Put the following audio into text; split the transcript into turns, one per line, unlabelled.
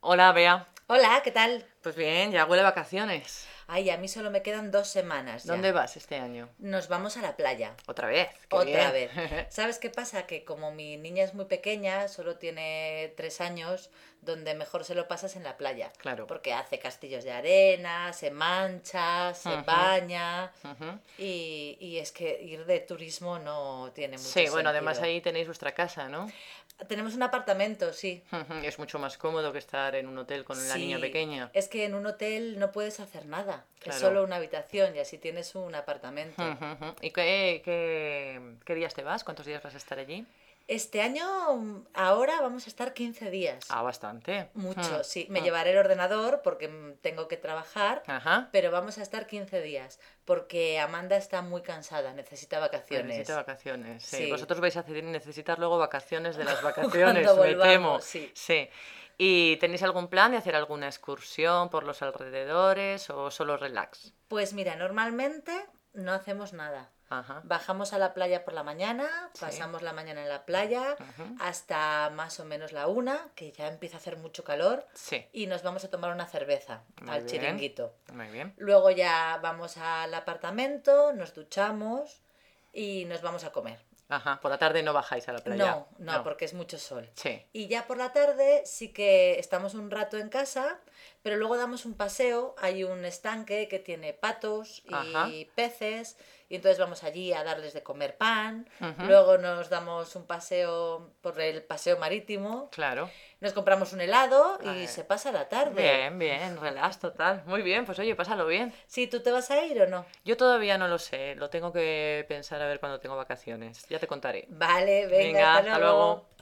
Hola, Bea.
Hola, ¿qué tal?
Pues bien, ya huele a vacaciones.
Ay, a mí solo me quedan dos semanas. ya.
¿Dónde vas este año?
Nos vamos a la playa.
Otra vez. qué
Otra
bien.
vez. ¿Sabes qué pasa? Que como mi niña es muy pequeña, solo tiene tres años, donde mejor se lo pasas en la playa.
Claro.
Porque hace castillos de arena, se mancha, se
Ujú.
baña.
Ujú.
Y, y es que ir de turismo no tiene mucho
Sí, bueno, además
sentido.
ahí tenéis vuestra casa, ¿no?
Tenemos un apartamento, sí.
Ujú, Es mucho más cómodo que estar en un hotel con una niña
Sí,
pequeña.
Es que en un hotel no puedes hacer nada.
Claro.
Es solo una habitación y así tienes un apartamento.
Ujú, ujú. ¿Y qué, qué, qué días te vas? ¿Cuántos días vas a estar allí?
Este año, mm, ahora vamos a estar 15 días.
Ah, bastante.
Mucho,
Mm,
sí. Me
mm.
llevaré el ordenador porque mm, tengo que trabajar,
Ajá.
pero vamos a estar 15 días porque Amanda está muy cansada, necesita vacaciones.
Necesita vacaciones. Sí.
Sí.
Vosotros vais a hacer- necesitar luego vacaciones de las vacaciones,
Cuando
me temo.
volvamos, sí.
¿Y tenéis algún plan de hacer alguna excursión por los alrededores o solo relax?
Pues mira, normalmente no hacemos nada.
Ajá.
Bajamos a la playa por la mañana,
Sí.
pasamos la mañana en la playa
Ujú.
hasta más o menos la una, que ya empieza a hacer mucho calor,
Sí.
y nos vamos a tomar una cerveza
Muy
al
bien.
chiringuito.
Muy bien.
Luego ya vamos al apartamento, nos duchamos y nos vamos a comer.
Ajá. Por la tarde no bajáis a la playa.
No, no, porque es mucho sol.
Sí.
Y ya por la tarde sí que estamos un rato en casa, pero luego damos un paseo. Hay un estanque que tiene patos y
Ajá.
peces, y entonces vamos allí a darles de comer pan.
Ujú.
Luego nos damos un paseo por el paseo marítimo,
Claro.
nos compramos un helado y
Ay.
se pasa la tarde.
Bien, bien, relax total. Muy bien, pues oye, pásalo bien.
Sí, ¿tú te vas a ir o no?
Yo todavía no lo sé, lo tengo que pensar a ver cuando tengo vacaciones. Ya te contaré.
Vale, venga,
Venga, hasta luego.